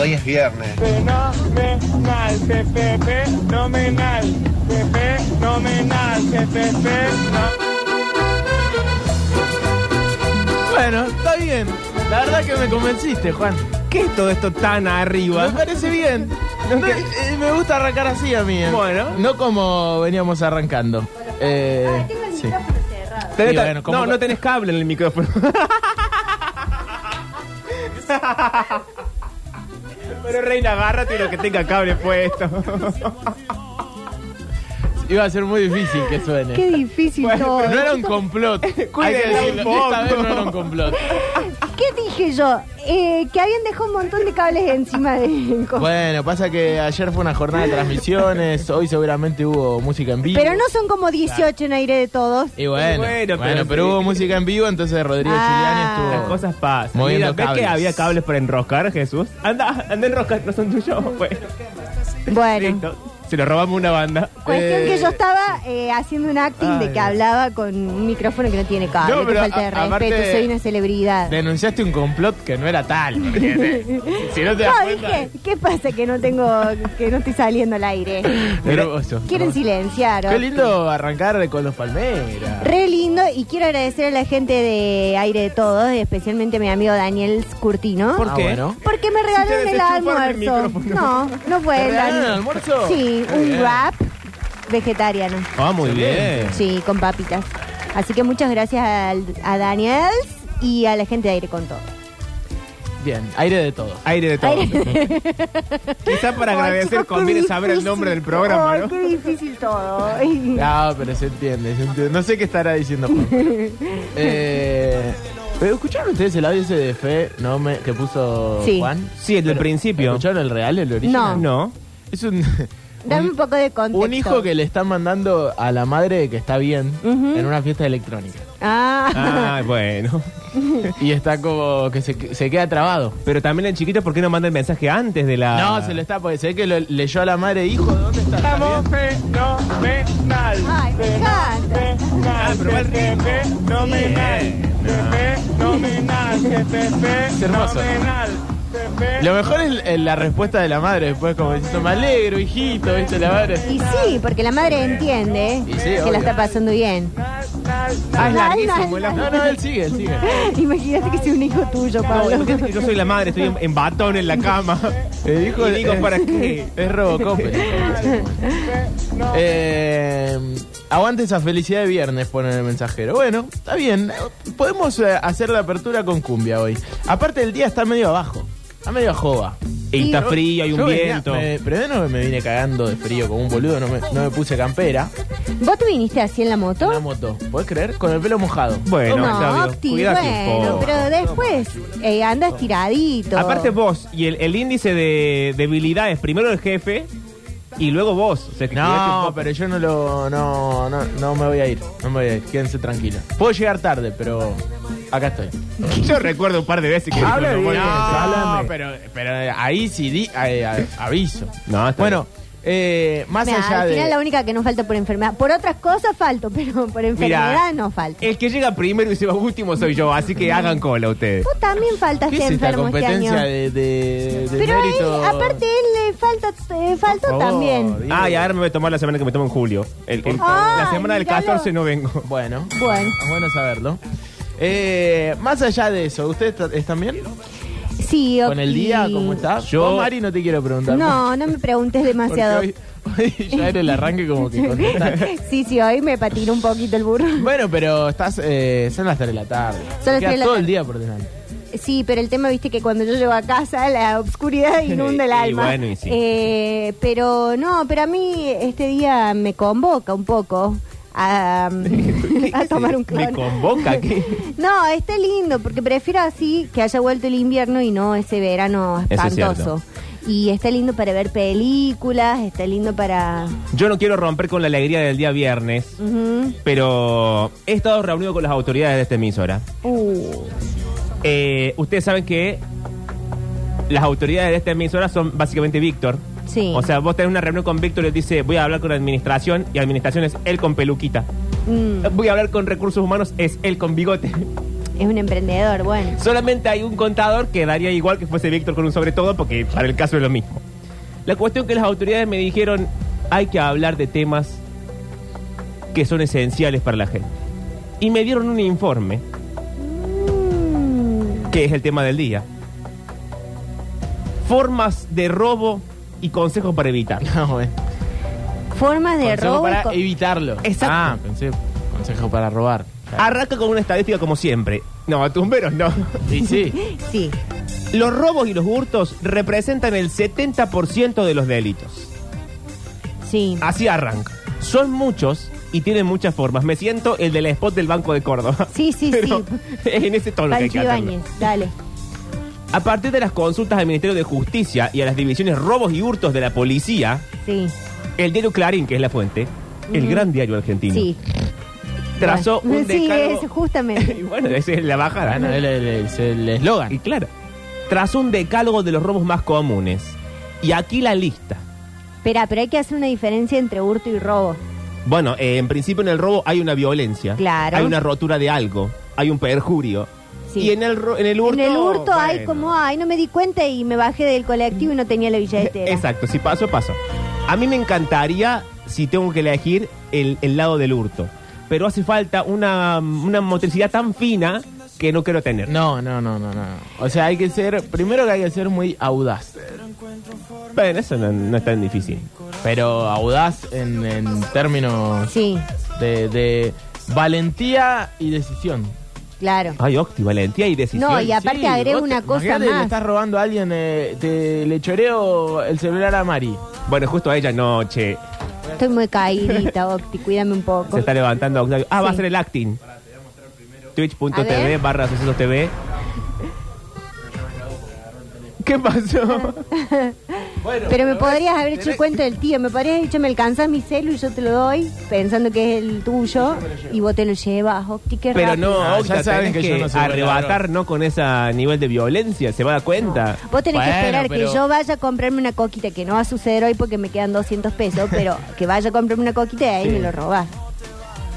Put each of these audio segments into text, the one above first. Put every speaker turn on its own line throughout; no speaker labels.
Hoy es viernes.
Fenomenal, Pepe, fenomenal, Pepe, fenomenal, Pepe, fenomenal.
Bueno, está bien. La verdad que me convenciste, Juan.
¿Qué es todo esto tan arriba?
Me parece bien.
No,
Me,
que-
eh, me gusta arrancar así a mí. eh.
Bueno.
No como veníamos arrancando. Eh,
Ah, tengo el
sí.
micrófono cerrado.
Tenés
Y
ta-
bueno, ¿cómo-
no, no tenés cable en el micrófono. Pero reina, agárrate lo que tenga cable puesto.
Iba a ser muy difícil que suene.
Qué difícil
Bueno,
todo.
No era un complot. Hay que
Cuídenla un
decirlo. Esta vez
poco.
no era un complot.
¿Qué dije yo? Eh, que habían dejado un montón de cables encima de
Bueno, pasa que ayer fue una jornada de transmisiones. Hoy seguramente hubo música en vivo.
Pero no son como 18 en aire de todos.
Y bueno,
Y
bueno,
bueno,
pero,
pero sí.
hubo música en vivo, entonces Rodrigo
Ah.
Giuliani
Las
estuvo.
cosas pasan.
Moviendo
Mira, ¿ves
cables.
que había cables para enroscar, Jesús? Anda, anda enroscar, no son tuyos. Bueno,
Bueno.
listo. Se lo robamos una banda.
Cuestión
Eh,
que yo estaba eh, haciendo un acting
ay,
de que
Dios.
hablaba con un micrófono que no tiene cable,
No,
qué
pero
falta de
a- aparte-
respeto, soy una celebridad.
Denunciaste un complot que no era tal. ¿entiendes? si no te das
No,
cuenta.
dije, ¿qué pasa que no tengo, que no estoy saliendo al aire?
Hermoso.
Quieren silenciar.
Qué lindo arrancar con los palmeras.
Re lindo y quiero agradecer a la gente de Aire de Todos, especialmente a mi amigo Daniel Scurtino.
¿Por
Ah,
qué?
bueno.
Porque me regalaron
Si te
el
desenchufaron el
almuerzo.
micrófono.
No, no fue.
¿Te regalaron el almuerzo?
Sí,
Muy
un
bien.
wrap vegetariano.
Ah, muy
Excelente.
Sí, con papitas. Así que muchas gracias al- a, Daniel y a la gente de Aire con Todo.
Bien, aire de todo.
Aire de todo. Quizá para
Ay,
agradecer
chicos, qué
conviene saber el
difícil.
nombre del programa,
Ay,
¿no?
Qué difícil todo.
No, pero se entiende, se entiende. No sé qué estará diciendo. Juan. eh, pero escucharon ustedes el audio ese de fe no me, que puso
Sí.
Juan.
Sí, el del
Pero,
principio. Ah,
¿Escucharon el real, el original?
No.
Es un,
Dame
un-
un poco de contexto.
un hijo que le están mandando a la madre que está bien
Ujú.
en una fiesta electrónica.
Ah,
Ah, bueno.
Y está como que se, se queda trabado.
Pero también el chiquito, ¿por qué no manda el mensaje antes de la.?
No, se lo está, porque se ve que lo leyó a la madre, hijo, ¿de dónde estás? ¿Estás bien?
Estamos fenomenal.
Ay, me encanta.
Ah,
Fenomenal, Pepe, fenomenal. Pepe, fenomenal, Pepe,
Es hermoso.
fenomenal. Pepe,
Lo mejor es eh, la respuesta de la madre después, como diciendo, me alegro, hijito, viste la madre.
Y sí, porque la madre entiende
Y sí,
que
obvio.
la está pasando bien.
Ah, es
Ay,
larguísimo.
ay,
el
No,
audio.
no, él sigue, él sigue.
Imagínate que sea un hijo tuyo,
No,
Pablo.
imagínate que yo soy la madre, estoy en, en batón en la cama.
El hijo
Y digo,
es-
¿para qué?
Es Robocop. el hijo. Eh, aguante esa felicidad de viernes, pone el mensajero. Bueno, está bien. eh, Podemos eh, hacer la apertura con cumbia hoy. Aparte, el día está medio abajo. Está medio jova.
Y está frío, hay un
Yo venía-
viento.
me- primero me vine cagando de frío como un boludo. No me, no me puse campera.
¿Vos te viniste así en la moto?
Una moto. ¿Podés creer? Con el pelo mojado.
Bueno,
no,
Octavio,
Octi,
cuídate un
bueno,
poco.
pero después eh, andas tiradito.
Aparte vos y el, el índice de debilidad es primero el jefe y luego vos. O sea, que cuidate un
No,
poco.
pero yo no lo. No, no, no me voy a ir. No me voy a ir. Quédense tranquilos. Puedo llegar tarde, pero. Acá estoy.
Yo recuerdo un par de veces que...
Habla
dijo,
bien,
no,
no,
háblame.
pero, pero ahí sí di- eh, a- aviso.
No, está
bueno, eh, más
Mirá,
allá
al final
de.
la única que no falta por enfermedad. Por otras cosas falto, pero por enfermedad no falta.
Eh,
El que llega primero y se va último soy yo, así que hagan cola ustedes.
Vos también
¿Qué
faltaste
es esta
enfermo este año.
competencia de, de, de
pero a
mérito?
él, aparte él le falta, eh, faltó
favor,
también.
Diego.
Ah, y ahora me voy a tomar la semana que me tomo en julio. El- el-
Ah,
la semana del
míralo.
14 no vengo.
Bueno,
Bueno,
es bueno saberlo. Eh, más allá de eso, ¿ustedes ta- están bien?
sí,
¿Con el
Octi.
día? ¿Cómo está?
Yo-
Vos, Mari, no te quiero preguntar.
No, no me preguntes
porque
demasiado.
hoy, hoy ya era el arranque como que contestaste.
sí, sí, hoy me patinó un poquito el burro.
Bueno, pero estás, eh, son las 3 de la tarde.
Son las 3
Queda
de la
todo
tarde.
el día por delante.
Sí, pero el tema, viste, que cuando yo llego a casa la oscuridad inunda el
Y
alma.
bueno, y sí.
Eh, pero no, pero a mí este día me convoca un poco a, a tomar un
Me
clon.
convoca que
No, está lindo, porque prefiero así que haya vuelto el invierno y no ese verano
Eso es
espantoso. y está lindo para ver películas, está lindo para...
yo no quiero romper con la alegría del día viernes,
Ujú.
pero he estado reunido con las autoridades de esta emisora.
Uh,
Eh, ustedes saben que las autoridades de esta emisora son básicamente Víctor.
sí.
O sea, vos tenés una reunión con Víctor y él dice, voy a hablar con la administración, y administración es él con peluquita.
Mm.
Voy a hablar con recursos humanos, es él con bigote.
Es un emprendedor, bueno.
Solamente hay un contador que daría igual que fuese Víctor con un sobre todo, porque para el caso es lo mismo. La cuestión que las autoridades me dijeron, hay que hablar de temas que son esenciales para la gente. Y me dieron un informe,
Mm.
que es el tema del día. Formas de robo y consejos para evitar.
Ah, bueno.
Formas de
Consejo
robo. y
para
co-
evitarlo.
Exacto.
Ah, pensé, consejo para robar.
Arranca con una estadística como siempre. No, a tumberos no.
Sí, sí.
Sí.
Los robos y los hurtos representan el 70% de los delitos.
Sí.
Así arranca. Son muchos y tienen muchas formas. Me siento el del spot del Banco de Córdoba.
Sí, sí,
Pero
sí.
Es en ese tono
Pancho
que hay que hacerlo.
Ibáñez, dale.
A partir de las consultas al Ministerio de Justicia y a las divisiones robos y hurtos de la policía,
Sí.
el diario Clarín, que es la fuente, el gran diario argentino,
Sí.
trazó
Bueno.
un
Sí,
descargo...
es justamente.
Y bueno, esa es la bajada.
Ah, no,
¿no?
el- el- el el
Y
eslogan.
claro, trazó un decálogo de los robos más comunes. Y aquí la lista.
Espera, pero hay que hacer una diferencia entre hurto y robo.
Bueno, eh, en principio en el robo hay una violencia.
Claro.
Hay una rotura de algo. Hay un perjurio.
Sí.
Y en el, ro- en el hurto...
en el hurto hay
bueno.
como, ay, no me di cuenta y me bajé del colectivo y no tenía la billetera.
Exacto, si paso, paso. A mí me encantaría, si tengo que elegir, el, el lado del hurto. Pero hace falta una, una motricidad tan fina que no quiero tener.
No, no, no, no, no. O sea, hay que ser, primero que hay que ser muy audaz.
Bueno, eso no, no es tan difícil.
Pero audaz en, en términos
Sí,
de, de valentía y decisión.
claro.
Hay octi, valentía y decisión.
No, y aparte agrego
vos te-
una cosa
imagínate,
más.
Le estás robando a alguien, eh, te, le choreo el celular a Mari.
Bueno, justo a ella noche
Estoy muy caídita, Octi, cuídame un poco.
se está levantando Octavio. Ah, va a
Sí.
ser el acting.
A
Twitch.tv
ver.
barra sucesos TV. ¿Qué pasó?
Ah, Pero me podrías haber hecho el cuento del tío, me podrías haber dicho, me alcanzas mi celu y yo te lo doy, pensando que es el tuyo, y vos te lo llevas, Octi, qué
Pero
rápido.
no,
Ah, ya
Octa,
saben
tenés que,
que yo no soy
arrebatar
bailador.
no con ese nivel de violencia, se va a dar cuenta.
Vos tenés que
Bueno,
esperar
pero-
que yo vaya a comprarme una coquita, que no va a suceder hoy porque me quedan 200 pesos, pero que vaya a comprarme una coquita y ahí me lo robás.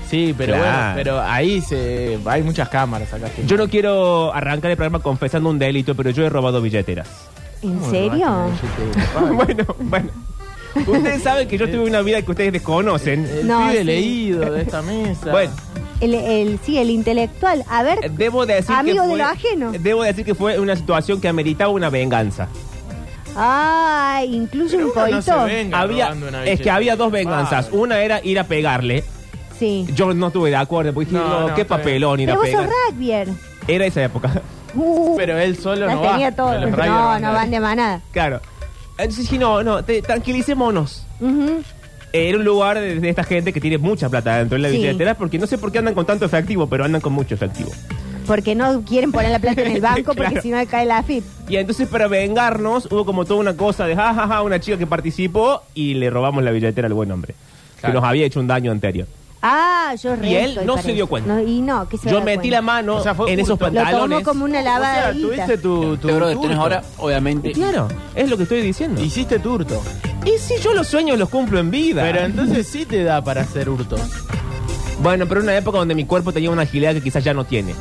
Sí, pero
Claro.
bueno, pero ahí se, hay muchas cámaras acá.
Yo no quiero arrancar el programa confesando un delito, pero yo he robado billeteras.
¿En serio?
Ah,
bueno, bueno. Ustedes saben que yo tuve una vida que ustedes desconocen.
El
No,
pibe
sí.
leído de esta mesa.
Bueno,
El, el- sí, el intelectual. A ver,
debo decir
Amigo de
que fue-
lo ajeno.
Debo decir que fue una situación que ameritaba una venganza.
ah, incluye un
uno no se
coito.
venga
había,
robando una
es que
billetera.
había dos venganzas.
Vale.
Una era ir a pegarle.
Sí.
Yo no estuve de acuerdo porque dije,
No,
no,
no,
qué
está bien.
papelón ir
Pero
a
vos
pegar.
sos rugbyer.
Era esa época.
Uh,
Pero él solo
las
no va.
tenía todas.
Los Raiders
No, no
a-
van de manada.
claro. Entonces dije, no, no, te- tranquilicémonos.
Ujú.
Era un lugar de, de esta gente que tiene mucha plata dentro de la
Sí.
billetera porque no sé por qué andan con tanto efectivo, pero andan con mucho efectivo.
Porque no quieren poner la plata en el banco porque
Claro.
si no le cae la FIP.
Y entonces para vengarnos hubo como toda una cosa de jajaja, una chica que participó y le robamos la billetera al buen hombre.
Claro.
Que nos había hecho un daño anterior.
Ah, yo re
Y él
estoy
no
para
se dio
eso.
cuenta.
No, y no, que se
Yo
da
metí
cuenta.
la mano
O sea, fue
en esos
hurto.
Lo tomó
pantalones.
como una
O sea,
lavada
tuviste tu, tu
Te de
turto.
Este tenés ahora, obviamente.
Claro, es lo que estoy diciendo. Y,
Hiciste turto.
y si yo los sueños los cumplo en vida.
Pero entonces sí te da para hacer hurto.
bueno, pero una época donde mi cuerpo tenía una agilidad que quizás ya no tiene.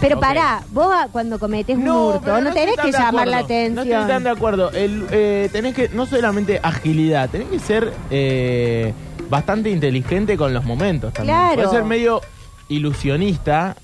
Pero
Ok.
pará, vos ah, cuando cometés un hurto, no, tenés que llamar la
No
atención.
estoy tan de acuerdo. El, eh, tenés que, no solamente agilidad, tenés que ser eh, bastante inteligente con los momentos también.
Claro.
Puedes ser medio ilusionista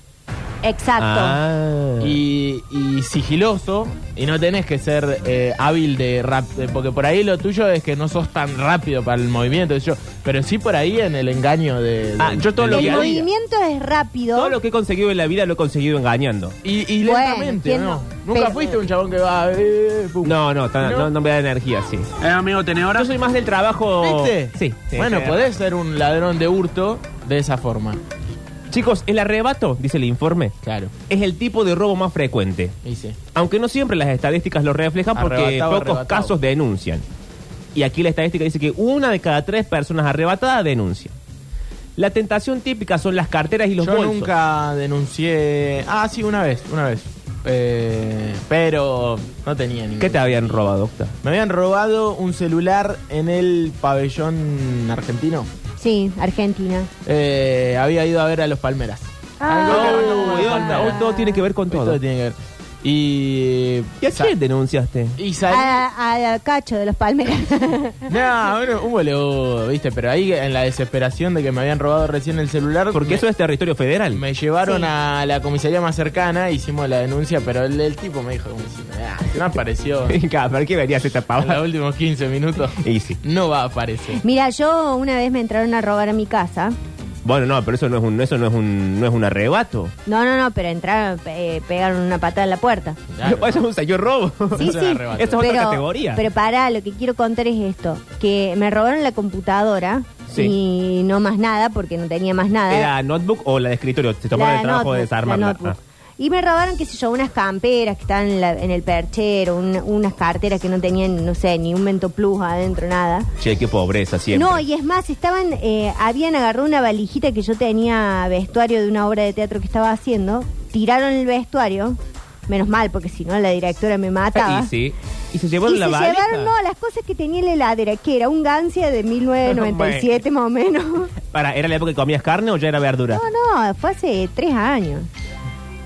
Exacto.
Ah, Y
y, y sigiloso y no tenés que ser eh, hábil de rap, de- porque por ahí lo tuyo es que no sos tan rápido para el movimiento, qué sé yo, pero sí por ahí en el engaño de... de-
Ah, yo todo
de
lo
el
que haría.
movimiento es rápido.
todo lo que he conseguido en la vida lo he conseguido engañando.
Y, y
Bueno,
lentamente,
¿quién
¿no?
no?
Nunca
Pero-
fuiste un chabón que va... eh, pum.
No, no, tan- no, no me da energía, sí.
Eh, amigo, tenés ahora.
Yo soy más del trabajo.
¿Viste?
Sí. sí.
bueno,
Sí.
podés ser un ladrón de hurto de esa forma.
Chicos, el arrebato, dice el informe,
Claro.
es el tipo de robo más frecuente.
Y sí.
Aunque no siempre las estadísticas lo reflejan porque
Arrebatado,
pocos
arrebatado.
casos denuncian. Y aquí la estadística dice que una de cada tres personas arrebatadas denuncia. La tentación típica son las carteras y los
yo
bolsos.
nunca denuncié... Ah, sí, una vez, una vez. Eh, pero no tenía ningún...
¿Qué te habían robado, Octa?
Me habían robado un celular en el pabellón argentino.
Sí, Argentina.
Eh, había ido a ver a los Palmeras.
Ah.
Hoy todo- hoy todo tiene que ver con todo.
Todo tiene que ver. Y.
¿Y a quién denunciaste?
Y salí.
A, a Cacho de los Palmeras.
No, bueno, un boludo, viste, pero ahí en la desesperación de que me habían robado recién el celular.
Porque
me-
eso es territorio federal.
Me llevaron
Sí.
a la comisaría más cercana, hicimos la denuncia, pero el, el tipo me dijo, "Ah, no apareció. En
Venga, ¿para qué verías esta pavada?
los últimos 15 minutos
Y sí.
no va a aparecer.
Mira, yo una vez me entraron a robar a mi casa.
Bueno, no, pero eso no es un, eso no es un, no es un arrebato.
No, no, no, pero entraron, pe- eh, pegaron una patada en la puerta.
Claro,
Eso es un señor robo.
Sí,
Eso
sí.
es arrebato.
Esto es otra categoría.
Pero para, lo que quiero contar es esto: que me robaron la computadora
Sí.
y no más nada, porque no tenía más nada.
¿Era notebook o la de escritorio? Te tomaron
La
el trabajo de
notebook, la
desarmarla.
notebook.
Ah.
Y me robaron, qué sé yo, unas camperas que estaban en, la- en el perchero, un- unas carteras que no tenían, no sé, ni un mento plus adentro, nada.
Che, qué pobreza siempre.
No, y es más, estaban, eh, habían agarrado una valijita que yo tenía vestuario de una obra de teatro que estaba haciendo, tiraron el vestuario, menos mal, porque si no la directora me mataba.
Y sí. Y se
Y
llevaron
se
la valija.
llevaron, no, las cosas que tenía en la heladera, que era un gancia de 1997 más o menos.
Para, ¿Era la época que comías carne o ya era verdura?
No, no, fue hace tres años.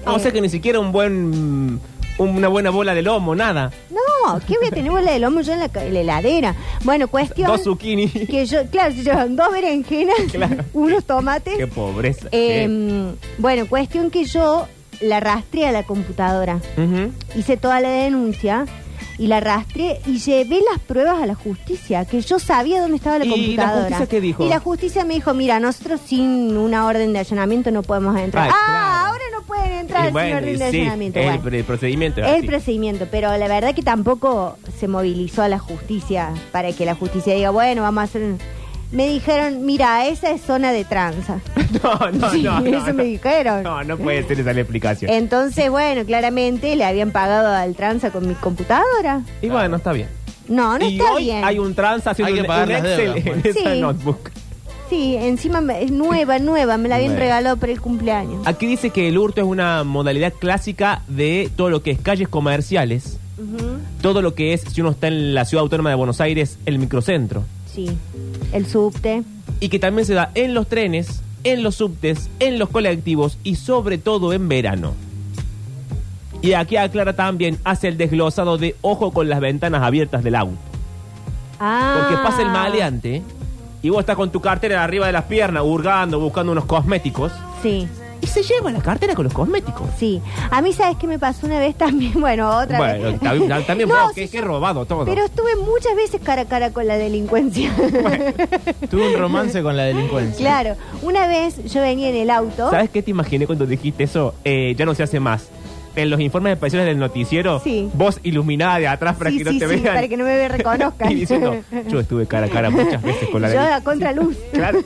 Ah, O sea que ni siquiera un buen. Una buena bola de lomo, nada.
No, ¿qué voy a tener bola de lomo yo en la, ca- en la heladera? Bueno, cuestión.
Dos zucchini.
Que yo, claro, se llevan dos berenjenas,
Claro.
unos tomates.
Qué pobreza.
Eh, bueno, cuestión que yo la rastré a la computadora.
che. Ujú.
Hice toda la denuncia y la rastré y llevé las pruebas a la justicia, que yo sabía dónde estaba la
¿Y la
computadora.
justicia qué dijo?
Y la justicia me dijo, mira, nosotros sin una orden de allanamiento no podemos entrar.
Ah,
ah,
claro.
ahora no pueden entrar
Y
sin
bueno,
orden
y
de
sí,
allanamiento.
el,
Bueno.
pre- procedimiento. es
El
así.
procedimiento, pero la verdad que tampoco se movilizó a la justicia para que la justicia diga, bueno, vamos a hacer... un-". Me dijeron, mira, esa es zona de tranza.
No, no,
Sí,
no, no,
eso
no.
me dijeron.
No, no puede ser esa la explicación.
Entonces, bueno, claramente le habían pagado al tranza con mi computadora.
y bueno, está bien.
No, no
y
está
hoy
bien.
hay un trans haciendo
Hay que
un,
pagar
un
las
Excel
deudas,
en
pues.
esa
Sí.
notebook.
Sí, encima me- es nueva, nueva, me la habían
Bueno.
regalado para el cumpleaños.
Aquí dice que el hurto es una modalidad clásica de todo lo que es calles comerciales,
Ujú,
todo lo que es, si uno está en la ciudad autónoma de Buenos Aires, el microcentro.
Sí, el subte.
Y que también se da en los trenes, en los subtes, en los colectivos y sobre todo en verano. Y aquí aclara también, hace el desglosado de ojo con las ventanas abiertas del auto.
Ah.
Porque pasa el maleante y vos estás con tu cartera arriba de las piernas, hurgando, buscando unos cosméticos.
Sí,
Y se lleva la cartera con los cosméticos.
sí. A mí, ¿sabes qué me pasó una vez también? Bueno, otra
Bueno,
vez.
también, también
No,
vos,
sí,
que, que robado todo.
Pero estuve muchas veces cara a cara con la delincuencia.
Tuve un romance con la delincuencia.
claro, una vez yo venía en el auto.
¿Sabes qué te imaginé cuando dijiste eso? Eh, ya no se hace más. En los informes especiales del noticiero,
Sí.
vos iluminada de atrás para
Sí,
que no
sí,
te
sí,
vean.
para que no me reconozcan.
y diciendo, yo estuve cara a cara muchas veces con la
Yo
delincuencia.
a contraluz.
Claro.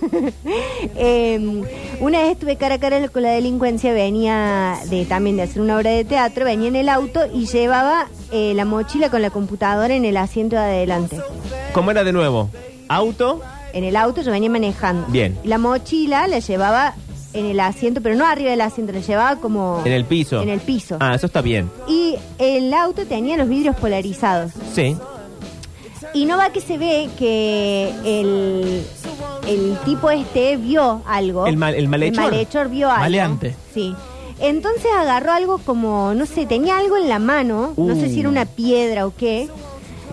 Eh, una vez estuve cara a cara con la delincuencia, venía de también de hacer una obra de teatro, venía en el auto y llevaba eh, la mochila con la computadora en el asiento de adelante.
¿Cómo era de nuevo? Auto,
En el auto yo venía manejando.
Bien.
La mochila la llevaba en el asiento, pero no arriba del asiento, la llevaba como...
en el piso.
En el piso.
Ah, eso está bien.
Y el auto tenía los vidrios polarizados.
Sí.
Y no va que se ve que el, el tipo este vio algo.
El mal- el malhechor.
El malhechor vio algo.
Maleante.
Sí. Entonces agarró algo como, no sé, tenía algo en la mano, no sé
Uh.
si era una piedra o qué.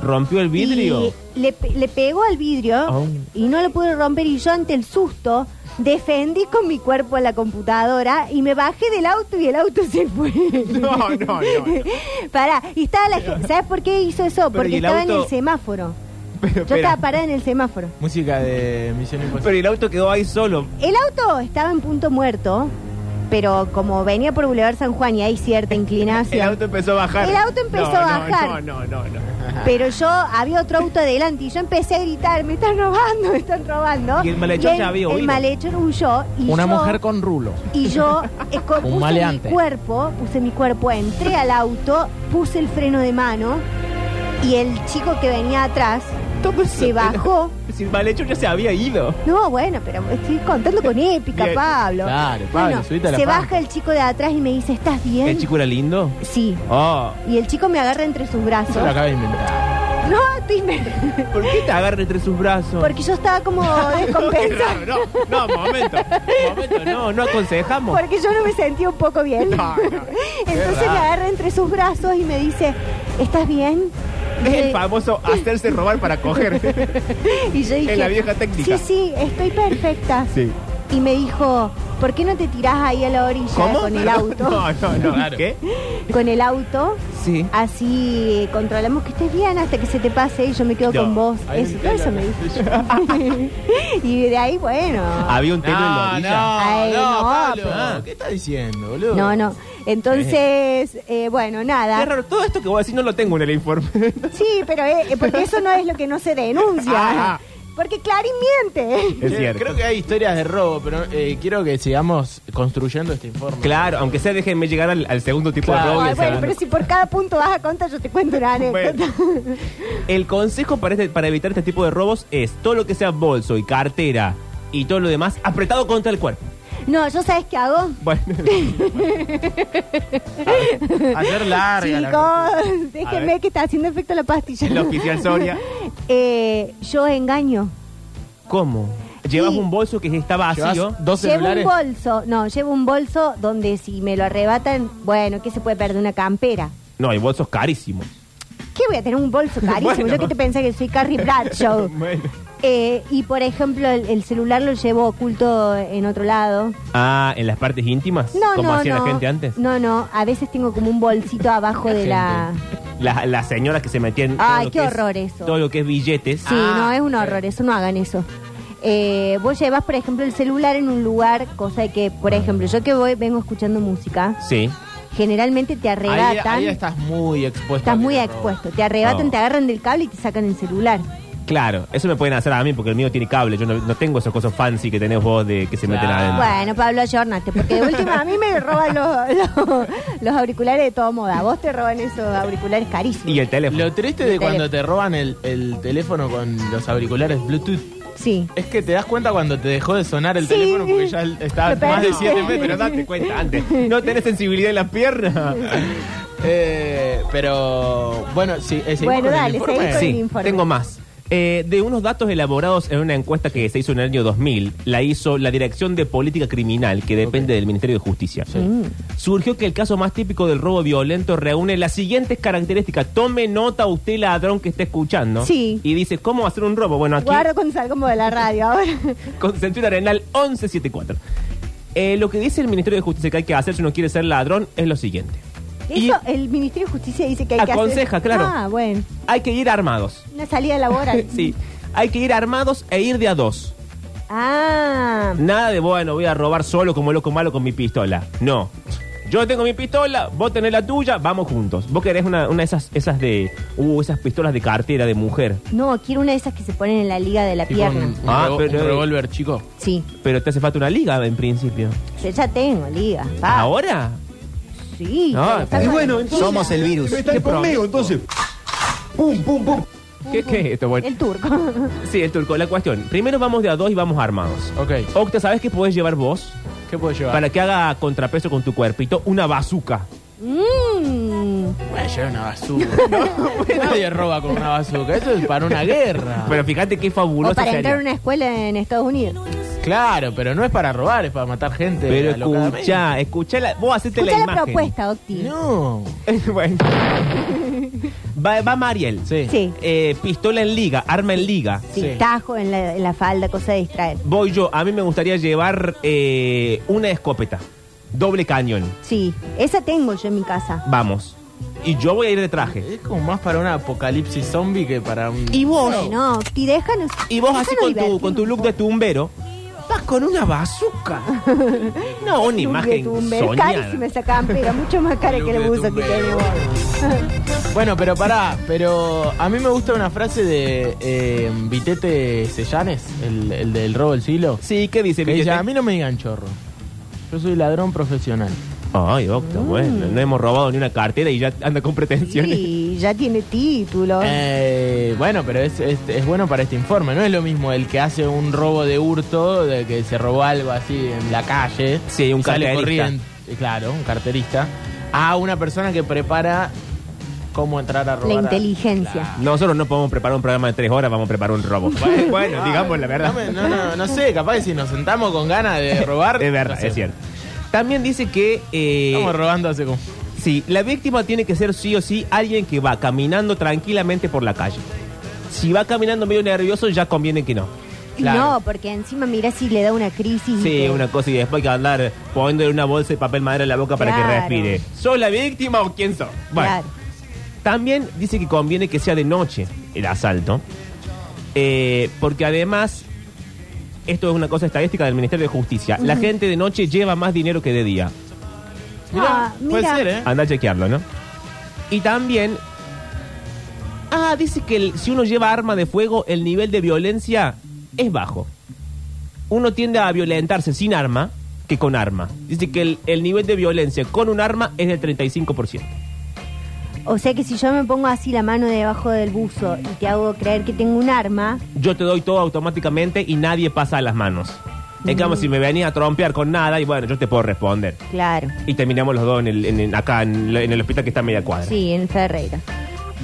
Rompió el vidrio.
Y le, pe- le pegó al vidrio
Oh.
y no lo pude romper y yo ante el susto defendí con mi cuerpo a la computadora y me bajé del auto y el auto se fue.
No, no, no, no.
Pará, y estaba la gente, ¿sabes por qué hizo eso?
Pero, ¿y
Porque
el
estaba en
auto?
el semáforo.
Pero,
Yo
espera.
estaba parada en el semáforo.
Música de Misión Imposible.
Pero el auto quedó ahí solo.
El auto estaba en punto muerto, pero como venía por Boulevard San Juan y hay cierta
El
inclinación,
auto empezó a bajar.
El auto empezó
No, no,
a bajar.
No, no, no, no.
pero yo había otro auto adelante y yo empecé a gritar, me están robando, me están robando.
Y el malhechor
Y
ya había
El
huido.
malhechor huyó y
Una
yo,
mujer con rulo.
y yo eh, con-
Un
puse
maleante.
mi cuerpo, puse mi cuerpo, entré al auto, puse el freno de mano y el chico que venía atrás
Todo eso
se
era-
bajó.
Si el malhechor ya se había ido.
No, bueno, pero estoy contando con épica,
Bien.
Pablo.
Claro, Pablo,
Bueno,
subite a la
se
panca.
baja el chico de atrás y me dice, ¿estás bien?
¿El chico era lindo?
Sí.
Oh.
Y el chico me agarra entre sus brazos.
Eso lo acabo de inventar.
No, Timer.
¿Por qué te agarra entre sus brazos?
Porque yo estaba como
No, qué
descompensada.
raro, no, no, momento, momento, no, no aconsejamos.
Porque yo no me sentí un poco bien.
No, no, es
Entonces
verdad.
me agarra entre sus brazos y me dice, ¿estás bien?
Es el
Eh,
famoso hacerse robar para coger.
Y yo dije,
la vieja técnica.
Sí, sí, estoy perfecta.
Sí.
Y me dijo, ¿por qué no te tirás ahí a la orilla
¿Cómo?
con el auto?
No, no, no.
Claro.
¿Qué?
Con el auto.
Sí.
Así controlamos que estés bien hasta que se te pase y yo me quedo
No,
con vos.
ahí
Eso,
me-
todo eso me dijo. y de ahí, bueno.
Había un telo en la
No, no,
orilla.
Ay,
no,
no,
Pablo,
pero-
Ah, ¿Qué estás diciendo, boludo?
No, no. Entonces, eh, bueno,
Qué
nada.
raro, todo esto que vos decís no lo tengo en el informe.
Sí, pero eh, porque eso no es lo que no se denuncia.
Ah.
Porque Clarín miente.
es
Creo-
cierto.
Creo que hay historias de robo, pero eh, quiero que sigamos construyendo este informe.
Claro, aunque sea déjenme llegar al, al segundo tipo
Claro.
de robo. y
Ay,
al
bueno,
segundo.
pero si por cada punto vas a contar, yo te cuento una anécdota.
El consejo para, este- para evitar este tipo de robos es todo lo que sea bolso y cartera y todo lo demás apretado contra el cuerpo.
No, ¿yo sabes qué hago?
Bueno,
Hacer larga. la-
Chicos,
A
déjenme
ver.
que está haciendo efecto la pastilla.
el oficial Soria.
Eh, yo engaño.
¿Cómo? Llevas
Sí.
un bolso que está
Llevas
vacío.
dos
Llevo un
celulares.
bolso, no, llevo un bolso donde si me lo arrebatan, bueno, ¿qué se puede perder? Una campera.
No, hay bolsos carísimos.
¿Qué voy a tener un bolso carísimo?
Bueno.
Yo que te pensás que soy Carrie Bradshaw.
Bueno.
Eh, y por ejemplo, el, el celular lo llevo oculto en otro lado.
Ah, en las partes íntimas.
No,
como
no,
hacía
no.
la gente antes.
No, no, a veces tengo como un bolsito abajo de la.
Las las señoras que se metían. todo
Ay,
lo
qué
que es-
horror eso.
Todo lo que es billetes. Ah.
Sí, no, es un horror, eso no hagan eso. Eh, vos llevas, por ejemplo, el celular en un lugar, cosa de que, por ejemplo, yo que voy, vengo escuchando música,
Sí.
generalmente te
Ahí,
arrebatan.
ahí estás muy expuesto. a
Estás
que
muy
te roben.
expuesto. Te arrebatan,
No.
te agarran del cable y te sacan el celular.
Claro, eso me pueden hacer a mí porque el mío tiene cable. Yo no, no tengo esas cosas fancy que tenés vos de que se meten
Claro.
adentro.
Bueno, Pablo, ayornaste, porque de última a mí me roban los, los- los auriculares de todo moda. A Vos te roban esos auriculares carísimos.
Y el teléfono.
Lo triste de
El teléfono.
cuando te roban el, el teléfono con los auriculares Bluetooth
Sí.
es que te das cuenta cuando te dejó de sonar el
Sí.
teléfono porque ya estaba
Lo
más de
perdiste.
7 metros.
Pero date cuenta antes. No tenés sensibilidad en las piernas.
Eh, pero bueno, sí, eh, seguimos
Bueno,
con el
dale,
informe.
seguí con el
Sí,
informe.
tengo más. Eh, de unos datos elaborados en una encuesta que se hizo en el año 2000, la hizo la Dirección de Política Criminal, que depende del Ministerio de Justicia. Surgió que el caso más típico del robo violento reúne las siguientes características. Tome nota usted, ladrón, que está escuchando.
Sí.
Y dice, ¿cómo hacer un robo? Bueno, aquí...
Guardo cuando salgo de la radio ahora.
con Centurión Arenal 1174. Eh, lo que dice el Ministerio de Justicia que hay que hacer si uno quiere ser ladrón es lo siguiente. Y
Eso el Ministerio de Justicia dice que hay que
Aconseja,
hacer.
claro.
Ah, bueno.
hay que ir armados.
Una salida laboral.
sí, hay que ir armados e ir de a dos.
Ah.
Nada de, bueno, voy a robar solo como loco malo con mi pistola. No. Yo tengo mi pistola, vos tenés la tuya, vamos juntos. Vos querés una, una de esas, esas de... Uh, esas pistolas de cartera de mujer.
No, quiero una de esas que se ponen en la liga de la
Tipo un,
pierna.
un
Ah,
revo-
pero-
un revólver, chico.
Sí.
Pero te hace falta una liga en principio.
Yo ya tengo liga. Ah,
¿Ahora?
Sí.
No,
pero está
y
con-
Somos el virus.
¿Qué, pro-
entonces. Pum, pum, pum.
¿Qué, qué es esto? Bueno,
El turco.
sí, el turco. La cuestión. Primero vamos de a dos y vamos armados.
Ok,
Octa, ¿sabes qué podés llevar vos?
¿qué puedo llevar?
Para que haga contrapeso con tu cuerpito, una bazuca.
Mmm.
Voy a llevar una bazooka. Nadie roba con una bazooka. Eso es para una guerra.
Pero fíjate qué fabuloso
O para
sería.
entrar a una escuela en Estados Unidos.
Claro, pero no es para robar, es para matar gente.
Pero
alocadamente.
escucha, escucha la, vos hacete
Escucha
la
la,
imagen.
propuesta, Octi.
No.
Bueno. va, va Mariel.
Sí.
Sí.
Eh, pistola en liga, arma en liga.
Sí,
Sí.
tajo en la, en la falda, cosa de distraer.
Voy yo, a mí me gustaría llevar eh, una escopeta, doble cañón.
Sí, esa tengo yo en mi casa.
Vamos. Y yo voy a ir de traje.
Es como más para un apocalipsis zombie que para un.
Y vos,
No, Octi, déjanos.
y vos
déjanos
así con tu,
divertirnos
con tu look
un
de
poco.
tumbero, vas con una bazooka. No, una
Look
imagen
tumbe.
soñada.
Carísima esa campera, mucho más cara que
Look
el
de
buzo que
tumbero.
tenemos.
Bueno, pero pará, pero a mí me gusta una frase de eh, Vitete Sellanes, el, el del robo del siglo.
Sí, ¿qué dice?
Que
Billete?
dice, a mí no me digan chorro. Yo soy ladrón profesional.
Ay, Octa, bueno, no hemos robado ni una cartera y ya anda con pretensiones.
Sí, ya tiene título.
Eh, bueno, pero es, es- es bueno para este informe. No es lo mismo el que hace un robo de hurto, de que se robó algo así en la calle.
Sí, un
y sale
carterista.
corriendo, eh, claro, un carterista. A una persona que prepara cómo entrar a robar.
La
a-
inteligencia.
Nosotros no podemos preparar un programa de tres horas, vamos a preparar un robo. Bueno, bueno, digamos la verdad.
No, me- no, no, no sé, capaz que si nos sentamos con ganas de robar.
Es verdad,
no sé,
es cierto. También dice que eh,
Estamos robando hace como.
sí, la víctima tiene que ser sí o sí alguien que va caminando tranquilamente por la calle. Si va caminando medio nervioso, ya conviene que no.
Claro.
No, porque encima mira si le da una crisis. y
Sí,
te-
una cosa y después hay que andar poniéndole una bolsa de papel madera en la boca para que
Claro.
respire. ¿Sos la víctima o quién sos? Bueno,
Claro.
también dice que conviene que sea de noche el asalto. Eh, porque además, esto es una cosa estadística del Ministerio de Justicia. La gente de noche lleva más dinero que de día.
Mirá,
Ah,
puede
mira.
ser, ¿eh?
Anda a chequearlo, ¿no? Y también. Ah, dice que el- si uno lleva arma de fuego, el nivel de violencia es bajo. Uno tiende a violentarse sin arma que con arma. Dice que el, el nivel de violencia con un arma es del 35%.
O sea que si yo me pongo así la mano debajo del buzo y te hago creer que tengo un arma,
Yo te doy todo automáticamente y nadie pasa a las manos. En cambio, si me venía a trompear con nada, y bueno, yo te puedo responder.
claro.
Y terminamos los dos en el- en- en- acá, en, la- en el hospital que está a media cuadra.
Sí, en Ferreira.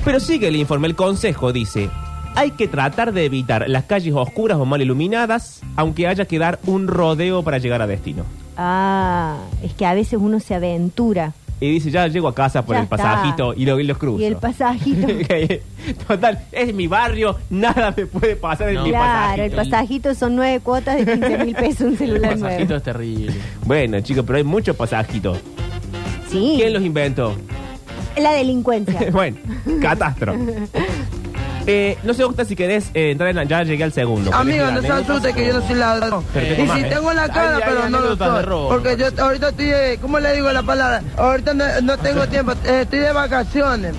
Pero sigue el informe. El consejo dice: hay que tratar de evitar las calles oscuras o mal iluminadas, aunque haya que dar un rodeo para llegar a destino.
Ah, es que a veces uno se aventura.
Y dice: ya llego a casa por
Ya
el pasajito
está.
y, lo- y los cruzo.
Y el pasajito.
Total, es mi barrio, nada me puede pasar en
No.
mi
claro, el
pasajito.
pasajito son nueve cuotas de 15 mil pesos un
El
celular
pasajito
nuevo.
es terrible.
Bueno, chicos, pero hay muchos pasajitos.
Sí,
¿Quién los inventó?
la delincuencia.
bueno, catastro. Eh, no sé, Gusta, si querés eh, entrar en la- Ya llegué al segundo. pues.
Ah.
Amigo,
¿Querés
no
llegar?
se asuste que yo no soy ladrón.
Pero tengo
Y
más,
si
¿eh?
tengo la
Hay-
cara,
hay
pero no lo
anécdotas de robo,
soy. Porque
me
yo ahorita estoy, eh, ¿cómo le digo la palabra? Ahorita no, no tengo tiempo, eh, estoy de vacaciones.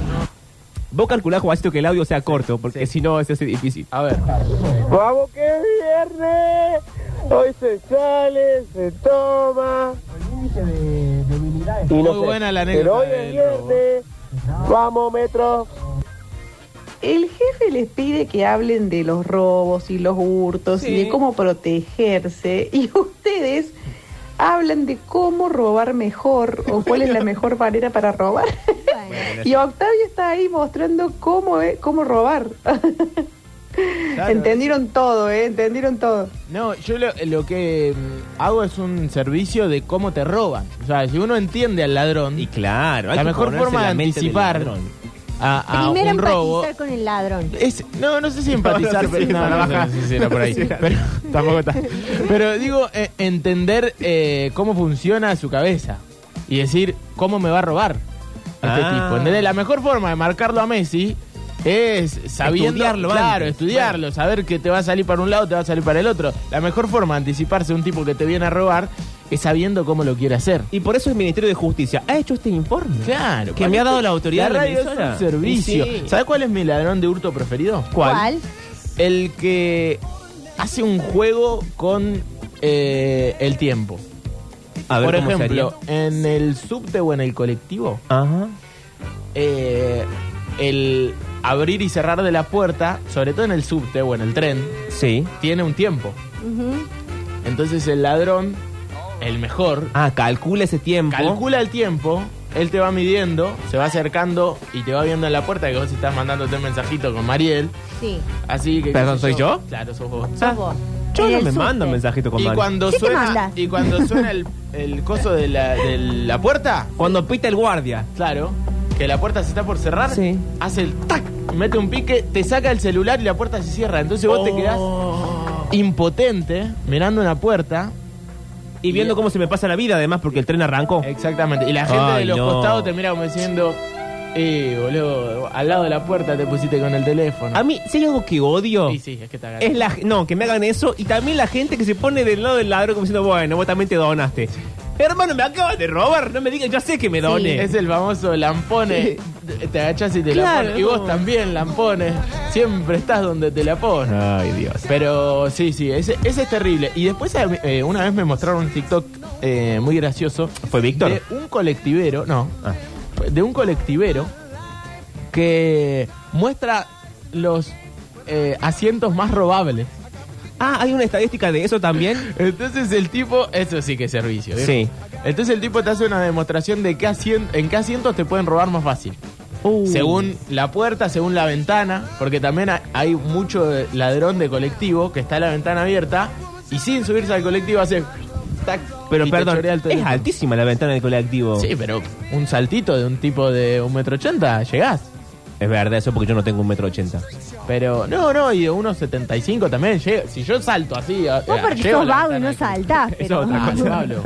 Vos calculás, Juancito, que el audio sea corto, porque si no, se hace difícil.
A ver.
Vamos que es viernes. Hoy se sale, se toma.
Muy buena la anécdota.
Pero hoy es
del robo.
viernes. Vamos, metro.
El jefe les pide que hablen de los robos y los hurtos y de cómo protegerse y ustedes hablan de cómo robar mejor o cuál es la mejor manera para robar. y Octavio está ahí mostrando cómo es, cómo robar. Entendieron todo, ¿eh? Entendieron todo.
No, yo lo, lo que mm, hago es un servicio de cómo te roban. O sea, si uno entiende al ladrón,
Y claro, hay
la
que
mejor
ponerse
forma de
la mente del
anticipar
ladrón.
a, a
Primero
Ah, un robo
empatizar con el ladrón.
es no no sé si empatizar
No, no sé,
sí,
pero
no,
la
no,
baja.
no sé si era por ahí. pero tampoco está. Pero digo eh, entender eh, cómo funciona su cabeza y decir cómo me va a robar a este
Ah.
tipo. ¿Entendés? La mejor forma de marcarlo a Messi es sabiendo
Estudiarlo
claro,
antes.
estudiarlo, saber que te va a salir para un lado, te va a salir para el otro. La mejor forma de anticiparse a un tipo que te viene a robar es sabiendo cómo lo quiere hacer.
Y por eso el Ministerio de Justicia ha hecho este informe.
Claro,
Que me ha dado la autoridad
La radio
de la
es
emisora.
un servicio.
Y sí.
¿Sabes cuál es mi ladrón de hurto preferido?
¿Cuál?
el que hace un juego con eh, el tiempo.
A ver
Por
cómo
ejemplo, en el subte o en el colectivo,
sería. Ajá.
eh, el abrir y cerrar de la puerta, sobre todo en el subte o en el tren,
Sí.
tiene un tiempo. Entonces el ladrón, el mejor,
Ah, calcula ese tiempo.
calcula el tiempo, él te va midiendo, se va acercando y te va viendo en la puerta que vos estás mandándote un mensajito con Mariel.
Sí,
Así que...
Perdón,
qué sé
¿soy yo?
Claro, sos vos.
sos vos.
Yo
En
no
el
me mando
subte.
mensajito con
Y
Manu.
cuando,
¿Qué te
suena,
manda?
y cuando suena el, el coso de la, de la puerta,
Cuando pita el guardia.
claro, que la puerta se está por cerrar,
Sí.
hace el tac, mete un pique, te saca el celular y la puerta se cierra. Entonces vos te quedás
Oh.
impotente mirando una puerta.
Y viendo cómo se me pasa la vida, además, porque el tren arrancó.
Exactamente. Y la gente
Oh. Ay,
de los
no.
costados te mira como diciendo, eh, boludo, al lado de la puerta te pusiste con el teléfono.
A mí, si hay algo que odio.
Sí, sí, es que te agarré.
Es la, no, que me hagan eso y también la gente que se pone del lado del ladrón como diciendo, bueno, vos también te donaste. Hermano, me acaban de robar, no me digan, ya sé que me doné.
Es el famoso lampone. Te- Te agachas y te
Claro.
la pones. Y vos también lampone. Siempre estás donde te la pones.
Ay, Dios.
Pero sí, sí, ese, ese es terrible. Y después eh, una vez me mostraron un TikTok eh, muy gracioso.
¿Fue Víctor?
De un colectivero, no.
Ah.
De un colectivero que muestra los eh, asientos más robables.
Ah, hay una estadística de eso también.
Entonces el tipo, eso sí que es servicio. ¿eh? ¿vieron?
Sí.
Entonces el tipo te hace una demostración de qué asien- en qué asientos te pueden robar más fácil.
Uh.
según la puerta, según la ventana, porque también ha- hay mucho de- ladrón de colectivo que está la ventana abierta y sin subirse al colectivo hace tac,
Pero
y te
perdón,
chorea el
es
teléfono.
altísima la ventana del colectivo.
Sí, pero un saltito de un tipo de un metro ochenta, llegás.
Es verdad, eso porque yo no tengo un metro ochenta.
Pero no, no, y de unos 75 también llega. Si yo salto así, a-
Vos
eh,
porque
llego a
sos
la
vago y
ventana
no
del-
saltás.
Eso es
pero-
otra cosa, Pablo.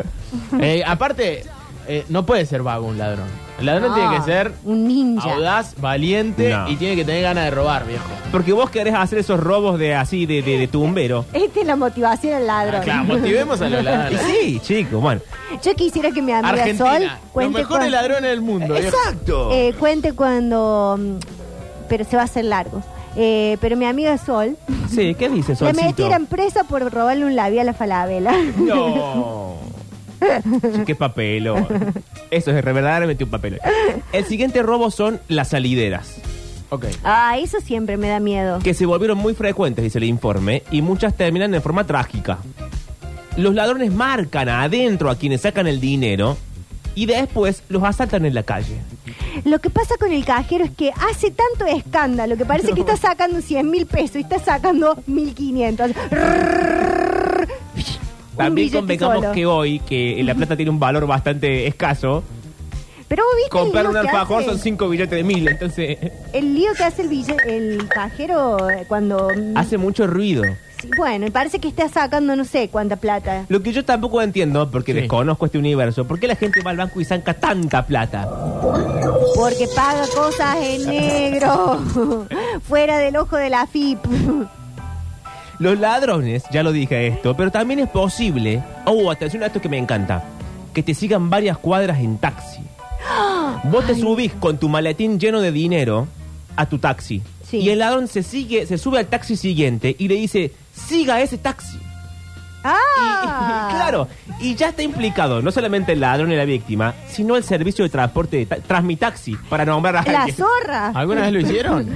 Eh, aparte, eh, no puede ser vago un ladrón. El ladrón
No,
tiene que ser
Ah. un ninja.
audaz, valiente
No.
y tiene que tener ganas de robar, viejo.
Porque vos querés hacer esos robos de así, de, de, de tumbero.
Esta es la motivación del ladrón.
Ah, Claro, motivemos a los
Y
ladrones.
sí, chicos, bueno.
Yo quisiera que mi amiga Sol
Argentina, los
cuente
mejores
cuan-
ladrones del mundo. viejo.
Exacto.
eh, cuente cuando... mm, Pero se va a hacer largo. Eh, pero mi amiga Sol
Sí, ¿qué dices,
la
Solcito?
metieron presa por robarle un labial a Falabella.
No. Sí, Qué papelo. Eso es verdaderamente un papel. El siguiente robo son las salideras,
Ok.
Ah, eso siempre me da miedo.
que se volvieron muy frecuentes, dice el informe, y muchas terminan de forma trágica. Los ladrones marcan adentro a quienes sacan el dinero y después los asaltan en la calle.
Lo que pasa con el cajero es que hace tanto escándalo que parece que está sacando 100 mil pesos y está sacando 1500. Un
También
billete
convengamos
solo.
que hoy, que la plata tiene un valor bastante escaso,
Pero vos viste
comprar
el
un
lío, que
alfajor
hace,
son cinco billetes de mil, entonces
el lío que hace el, bille- el cajero eh, cuando... mm,
hace mucho ruido.
sí, bueno, y parece que está sacando no sé cuánta plata.
Lo que yo tampoco entiendo, porque
Sí.
desconozco este universo, ¿por qué la gente va al banco y saca tanta plata?
Porque paga cosas en negro, fuera del ojo de la FIP.
Los ladrones, ya lo dije esto, pero también es posible, oh, atención a esto que me encanta, que te sigan varias cuadras en taxi. Vos te subís con tu maletín lleno de dinero a tu taxi.
Sí.
Y el ladrón se sigue, se sube al taxi siguiente y le dice, siga ese taxi.
¡Ah!
claro, y ya está implicado no solamente el ladrón y la víctima, sino el servicio de transporte de ta- Transmitaxi, para nombrar a
La
alguien.
zorra.
¿Alguna vez lo hicieron?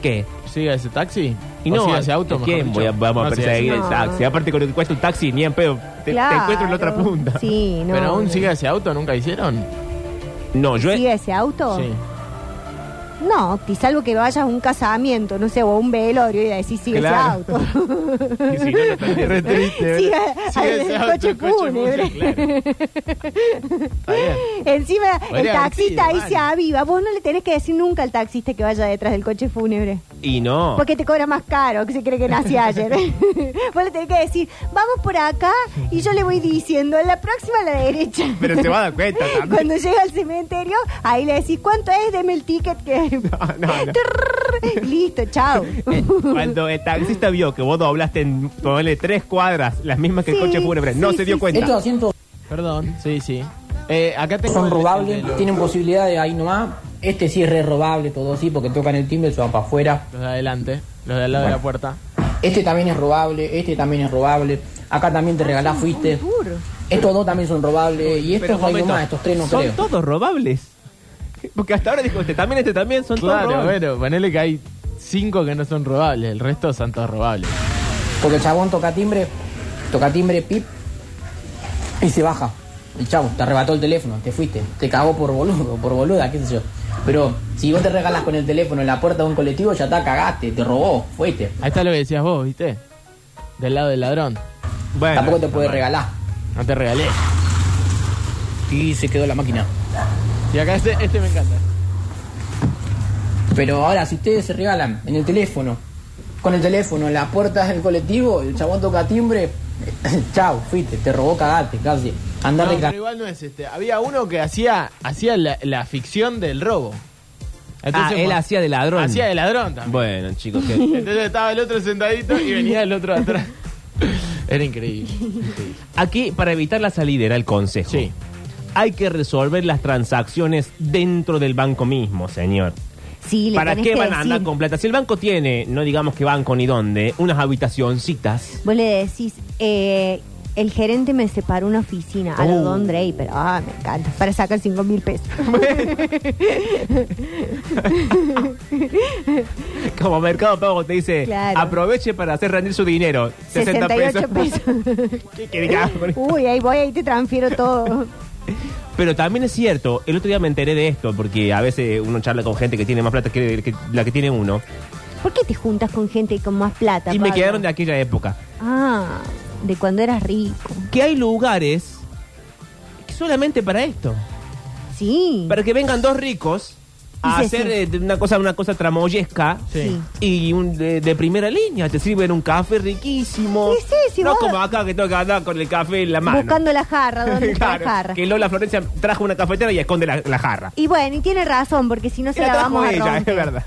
¿Qué?
¿Sigue ese taxi?
Y
¿O
no,
siga ese auto?
¿a
mejor
¿quién
dicho?
voy a- vamos a
No, siga ese
perseguir
sí.
el
No.
taxi? Aparte, con lo que cuesta un taxi, ni en pedo. Te- Te,
Claro.
encuentro en la otra punta.
Sí, no.
Pero aún
no.
sigue ese auto, nunca hicieron.
No, yo. he-
¿Sigue ese auto? No, y salvo que vayas a un casamiento, no sé, o a un velorio y decís, sigue
Claro.
ese auto.
y si no, no te-
Re triste.
Sigue
Sigue
el
ese auto,
coche
el coche
fúnebre.
fúnebre, claro. Está bien.
Encima, el
Podría haber
taxista
sido,
ahí
vale.
se aviva. Vos no le tenés que decir nunca al taxista que vaya detrás del coche fúnebre.
Y no.
Porque te cobra más caro, que se cree que nací ayer. Vos le tenés que decir, vamos por acá y yo le voy diciendo, la próxima a la derecha.
Pero se va a dar cuenta también.
Cuando llega al cementerio, ahí le decís, ¿cuánto es? Deme el ticket que...
no, no.
Trrr. Listo, chao.
Eh, Cuando el taxista vio que vos doblaste en ponele, tres cuadras, las mismas que el
Sí,
coche fúnebre, no
sí,
se
sí,
dio
sí.
cuenta.
Perdón, sí, sí. Eh, acá tengo
Son
el-
robables,
el de los-
tienen posibilidades ahí nomás. Este sí es re robable, todo sí, porque tocan el timbre y se van para afuera.
Los de adelante, los de al lado de la puerta.
Este también es robable, este también es robable. Acá también
Ah,
te regalás fuiste. Estos dos también son robables. Y
Pero,
estos hay
momento,
más, estos tres no
son
creo.
todos robables. Porque hasta ahora dijo este también, este también, son todos
Claro,
robables.
bueno, ponele que hay cinco que no son robables, el resto son todos robables.
Porque el chabón toca timbre, toca timbre, pip, y se baja. Y chavo, te arrebató el teléfono, te fuiste, te cagó por boludo, por boluda, qué sé yo. Pero si vos te regalas con el teléfono en la puerta de un colectivo, ya está, cagaste, te robó, fuiste.
Ahí está lo que decías vos, ¿viste? Del lado del ladrón.
Bueno,
Tampoco te puede regalar.
No te regalé.
Y se quedó la máquina.
Y acá este, este me encanta.
Pero ahora, si ustedes se regalan en el teléfono, con el teléfono en las puertas del colectivo, el chabón toca timbre, chao, fuiste, te robó, cagaste, casi. Andá
No,
reca-
pero igual no es este. Había uno que hacía, hacía la, la ficción del robo.
Ah, él
cuando-
hacía de ladrón.
Hacía de ladrón también.
Bueno, chicos, que-
Entonces estaba el otro sentadito y venía el otro atrás. Era increíble. increíble.
Aquí, para evitar la salidera, el consejo.
Sí.
Hay que resolver las transacciones dentro del banco mismo, señor.
Sí, le
¿Para
tenés
qué
que
van a
decir.
andar con plata? Si el banco tiene, no digamos que banco ni dónde, unas habitacioncitas.
Vos le decís, eh, el gerente me separó una oficina a lo
Uh.
Don Drey, pero ah, me encanta, para sacar 5 mil pesos.
Como Mercado Pago te dice,
Claro.
aproveche para hacer rendir su dinero. 60
68
pesos.
pesos.
¿Qué querés que haga con esto?
Uy, ahí voy, ahí te transfiero todo.
Pero también es cierto, el otro día me enteré de esto, porque a veces uno charla con gente que tiene más plata que, que la que tiene uno.
¿Por qué te juntas con gente con más plata?
Y me
Pablo?
quedaron de aquella época.
Ah, de cuando eras rico.
Que hay lugares que solamente para esto.
Sí.
Para que vengan dos ricos a
Y se-
hacer eh, una cosa, una cosa tramoyesca.
Sí.
Y un, de, de primera línea, te sirven un café riquísimo.
Sí, sí, sí,
no
vos-
como acá que tengo que andar con el café en la mano.
Buscando la jarra, ¿dónde está
Claro,
la jarra?
Que Lola Florencia trajo una cafetera y esconde la, la jarra.
Y bueno, y tiene razón, porque si no se
Y la
la,
trajo
vamos a
ella,
romper.
es verdad.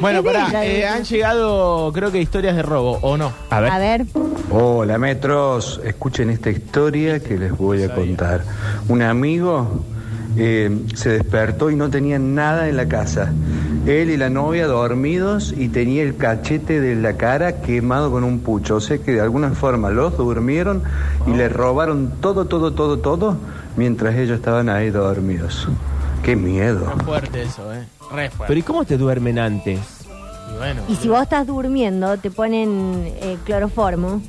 Bueno,
Es
pará,
verdad,
eh,
es
han llegado, creo que historias de robo, ¿o no?
A ver.
A ver,
Hola metros, escuchen esta historia que les voy a contar. Un amigo eh, se despertó y no tenía nada en la casa. Él y la novia dormidos y tenía el cachete de la cara quemado con un pucho. O sea que de alguna forma los durmieron y le robaron todo, todo, todo, todo mientras ellos estaban ahí dormidos. ¡Qué miedo!
Fuerte eso, ¿eh? Re fuerte.
Pero ¿y cómo te duermen antes?
Y bueno.
y si vos estás durmiendo, te ponen eh, cloroformo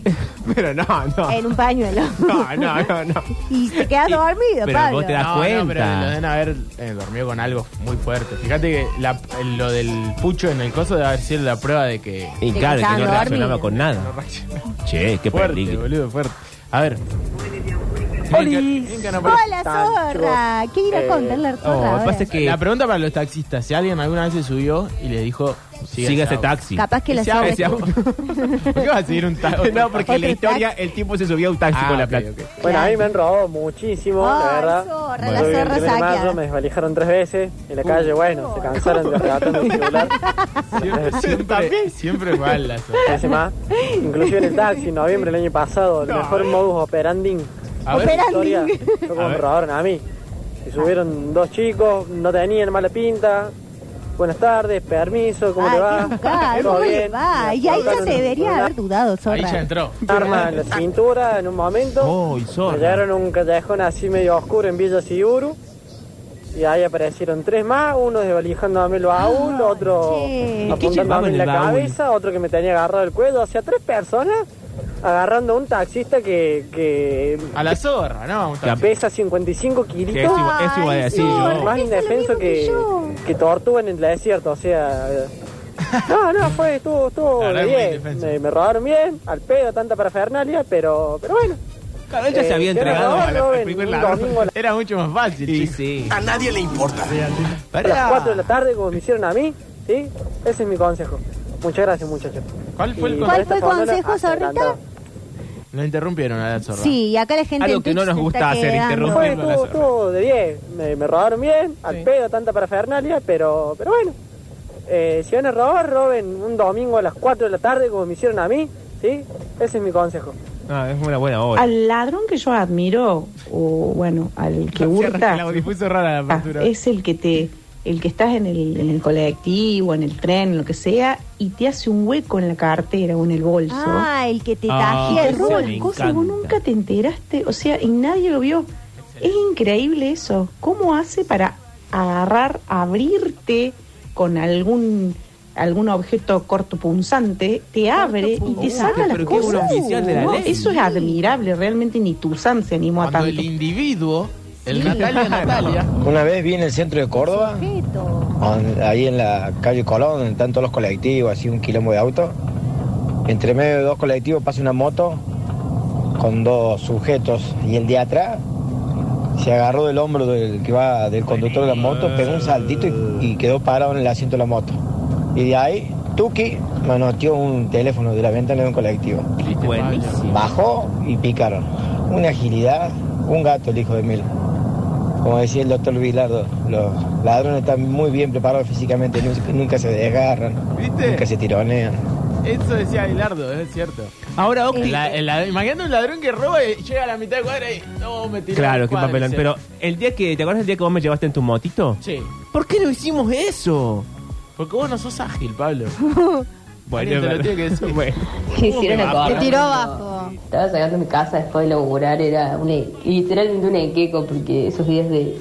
Pero no, no.
en un pañuelo.
Ah. No, no, no, no.
y te quedas dormido,
pero
Pablo.
vos te das
No,
cuenta.
No, pero lo deben haber eh, dormido con algo muy fuerte. Fíjate que la- lo del pucho en el coso debe haber sido la prueba de que
Y
Te
claro, que
quedaban
no reaccionaba
dormido.
con nada.
no reacciona.
Che, qué
fuerte,
peligro.
boludo, fuerte. A ver.
¡Oli!
Miren que no parece-
¡Hola, zorra! ¿Qué irá a contar la zorra?
Oh,
ahora?
pasa es que
La pregunta para los taxistas, si alguien alguna vez se subió y le dijo, siga,
siga ese
ese auto.
taxi.
Capaz que la
Ese
zorra.
auto, ese auto. ¿Por qué va a seguir un taxi?
no, porque la
Otro
historia, el tipo se subía a un taxi
Ah,
con la
ok,
plata.
ok.
Bueno, a mí me han robado muchísimo, la
Ay,
verdad.
zorra,
Yo
la
viví en
zorra
Primero de
saqueada.
Mayo, me desvalijaron tres veces. En la calle, bueno, se cansaron de arrebatarme el celular.
Siempre, siempre, siempre mal la zona.
no hice más. Inclusive en el taxi, en noviembre del año pasado, el
No.
mejor modus operandi
A ver.
de la historia
Operandi.
fue como
A ver.
me robaron a mí. Se subieron dos chicos, no tenían mala pinta. Buenas tardes, permiso, ¿cómo
Ay,
te
qué
va?
buscada,
¿Todo
¿cómo le
bien?
va?
Me
Y ahí ya
apuntaron
te
una
debería haber dudado,
Ahí ya
zorra.
entró.
arma en la cintura en un momento.
Oh, y zorra.
Me llegaron a un callejón así medio oscuro en Villa Siguru. Y ahí aparecieron tres más, uno desvalijándome el baúl, otro
che.
¿Y qué llevaba
apuntándome
en
en
el
la
baúl?
cabeza, otro que me tenía agarrado el cuello. O sea, tres personas agarrando a un taxista que, que
A la zorra, no, a un taxi.
pesa 55
Que es
kilitos.
igual, es igual
Ay,
a decir,
zorra,
yo.
piensa
Más
lo
indefenso
mismo que
que,
yo.
que tortuga en el desierto, o sea... eh, No, no, fue, estuvo, estuvo
Claro, es muy
bien.
indefenso.
Me, me robaron bien, al pedo, tanta parafernalia, pero, pero bueno.
Claro, él ya se
Eh,
había
¿qué
entregado
era?
a la- al
Roben,
primer
un
ladrón.
domingo a la-
Era mucho más fácil,
Sí,
chico.
sí.
A nadie le importa.
a las
Pará.
4 de la tarde, como me hicieron a mí, ¿sí? Ese es mi consejo. Muchas gracias, muchachos.
¿Cuál fue el
Y
con-
¿Cuál
con esta
fue el
fondola,
consejo,
hasta
zorrita?
adelantado.
Lo interrumpieron a la zorra.
Sí, y acá la gente.
Algo
en
que no
Twitch
nos
se
gusta
está
hacer,
quedando.
interrumpir.
Fue,
Rompiendo la
estuvo,
zorra.
estuvo de 10. Me, me robaron bien, al pedo, tanta parafernalia, pero, pero bueno. Eh, si van a robar, roben un domingo a las 4 de la tarde, como me hicieron a mí, ¿sí? Ese es mi consejo.
Ah, es una buena obra.
Al ladrón que yo admiro, o bueno, al que
La
hurta,
audipuso rara la
ah,
apertura.
es el que te, el que estás en el, en el colectivo, en el tren, lo que sea, y te hace un hueco en la cartera o en el bolso.
Ah, el que te
Ah,
tajea
te
el
eso
roba
rol.
me
las cosas, vos
encanta.
nunca te enteraste, o sea, y nadie lo vio. Es increíble eso. ¿Cómo hace para agarrar, abrirte con algún algún objeto cortopunzante, te abre y te
Cortopunzante,
saca las
pero qué ¿eh?
cosas?
buen oficial de la
No,
ley.
Eso es admirable, realmente ni Tuzán se animó a
Cuando
tanto.
el individuo, el Natalia Natalia,
Una vez vi en el centro de Córdoba,
Sujeto.
on- ahí en la calle Colón, donde están todos los colectivos, así un quilombo de auto. Entre medio de dos colectivos pasa una moto con dos sujetos y el de atrás se agarró del hombro del que va del conductor de la moto, pegó un saltito y, y quedó parado en el asiento de la moto. Y de ahí, Tuki manoteó un teléfono de la ventana de un colectivo.
Buenísimo.
Bajó y picaron. Una agilidad, un gato el hijo de Mil. Como decía el doctor Bilardo, los ladrones están muy bien preparados físicamente, nu- nunca se desgarran,
¿viste?
nunca se tironean.
Eso decía Aguilardo, es cierto.
Ahora, Octi.
La- el ladrón- imagínate un ladrón que roba y llega a la mitad de cuadra y no me tiró.
Claro,
al
qué
cuadro",
papelón.
sí.
Pero el día que. ¿Te acuerdas el día que vos me llevaste en tu motito?
Sí,
¿Por qué no hicimos eso?
porque vos no sos ágil, Pablo.
Bueno,
Alguien te
es
lo tiene que decir.
Bueno.
hicieron a
Te
correr.
tiró abajo.
Estaba sacando mi casa después de laburar, era una, literalmente un equeco, porque esos días de,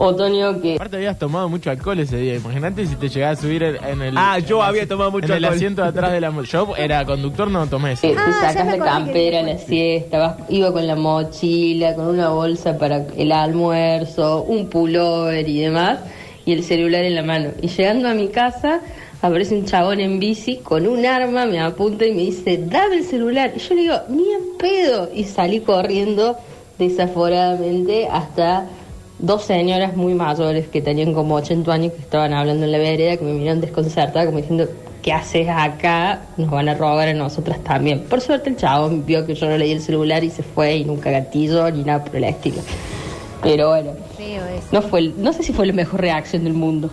Otoño que...
Aparte habías tomado mucho alcohol ese día. Imagínate si te llegaba a subir en, en el...
Ah, yo
en el
había
asi-
tomado mucho
en el
alcohol.
asiento de atrás de la... mo- Yo era conductor, no tomé eso.
Te, te sacas la campera en la siesta, vas- iba con la mochila, con una bolsa para el almuerzo, un pullover y demás, y el celular en la mano. Y llegando a mi casa, aparece un chabón en bici con un arma, me apunta y me dice, dame el celular. Y yo le digo, ni en pedo. Y salí corriendo desaforadamente hasta dos señoras muy mayores que tenían como 80 años que estaban hablando en la vereda, que me miraron desconcertada, como diciendo, ¿qué haces acá? Nos van a robar a nosotras también. Por suerte el chabón vio que yo no leí el celular y se fue y nunca gatillo ni nada por el estilo. Pero bueno,
Feo eso.
no, fue, el- no sé si fue la mejor reacción del mundo.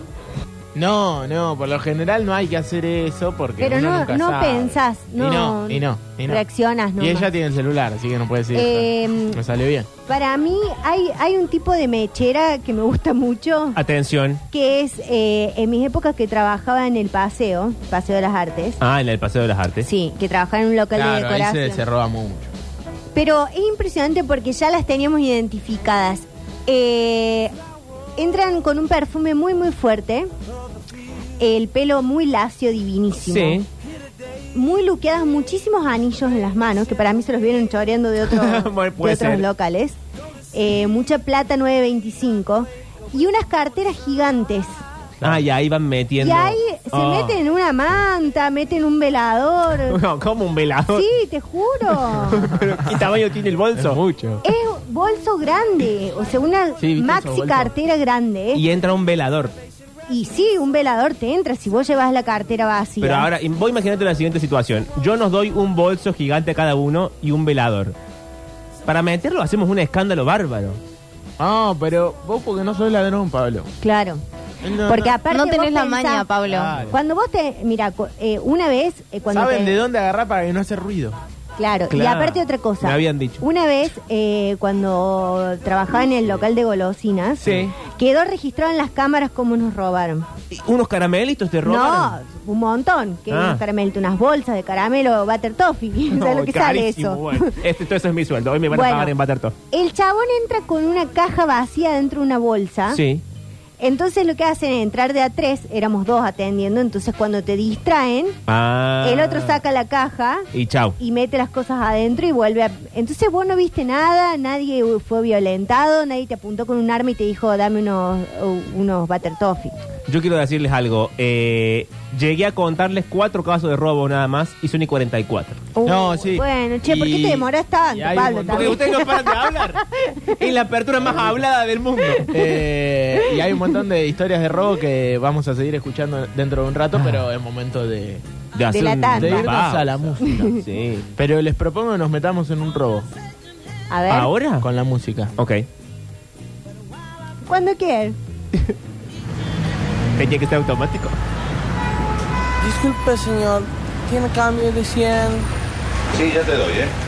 No, no, por lo general no hay que hacer eso porque
Pero
uno
no-
nunca
no
sabe.
pensás,
Y
no,
no, y no, y no.
reaccionás
Y
nomás.
ella tiene el celular, así que no puede decir
Eh,
Me salió bien.
Para mí hay, hay un tipo de mechera que me gusta mucho,
Atención.
que es eh, en mis épocas que trabajaba en el paseo, Paseo de las Artes,
Ah, en el Paseo de las Artes.
sí, que trabajaba en un local de
Claro, ahí
decoración.
se, se roba mucho.
Pero es impresionante porque ya las teníamos identificadas. Eh, entran con un perfume muy, muy fuerte. El pelo muy lacio, divinísimo.
Sí.
Muy luqueadas, muchísimos anillos en las manos, que para mí se los vieron choreando de, otro-
Bueno,
de
puede
otros
ser.
locales. Eh, mucha plata 925. Y unas carteras gigantes.
Ah, y ahí van metiendo.
Y ahí se
Ah.
meten en una manta, meten un velador.
No, como un velador.
sí, te juro.
Pero, ¿Qué tamaño tiene el bolso?
mucho.
Es bolso grande, o sea, una
Sí, ¿viste esos
maxi
bolsos?
cartera grande. ¿eh?
Y entra un velador.
Y sí, un velador te entra si vos llevas la cartera vacía.
Pero ahora, im- vos imaginate la siguiente situación. Yo nos doy un bolso gigante a cada uno y un velador. Para meterlo hacemos un escándalo bárbaro.
No, pero vos porque no sos ladrón, Pablo.
Claro. Porque aparte
No tenés
vos
la
pensás-
maña, Pablo.
Claro.
Cuando vos te... Mira, cu- eh, una vez... eh, cuando
¿Saben
te-
de dónde agarrar para que no hace ruido?
Claro. y
Claro.
aparte otra cosa.
Me habían dicho.
Una vez, eh, cuando trabajaba en el local de golosinas,
Sí.
quedó registrado en las cámaras cómo nos robaron.
Y Unos caramelitos te roban.
No, un montón. Que
Ah.
unos caramelitos, unas bolsas de caramelo, butter toffee. ¿Sabes lo que sale eso?
Este, todo eso es mi sueldo. Hoy me van
Bueno.
a pagar en Baterto.
El chabón entra con una caja vacía dentro de una bolsa.
Sí.
Entonces lo que hacen es entrar de a tres, éramos dos atendiendo, entonces cuando te distraen,
Ah.
el otro saca la caja
Y chau.
y mete las cosas adentro y vuelve a... Entonces vos no viste nada, nadie fue violentado, nadie te apuntó con un arma y te dijo, dame unos, unos butter toffee.
Yo quiero decirles algo. Eh, llegué a contarles cuatro casos de robo nada más y son y 44.
No, sí.
Bueno, che, ¿por qué
Y-
te demoras tanto,
y hay un
Pablo?
montón-
Porque
también?
ustedes no paran de hablar. Es la apertura más hablada del mundo.
Eh, y hay un montón de historias de robo que vamos a seguir escuchando dentro de un rato, pero es momento de,
Ah. De hacer
la
un-
tanda.
de irnos
pausa.
a la música.
Sí.
Pero les propongo que nos metamos en un robo
A ver,
¿Ahora?
con la música.
Ok.
cuando quieras.
Tenía que ser automático.
Disculpe, señor, ¿tiene cambio de 100?
Sí, ya te doy, ¿eh?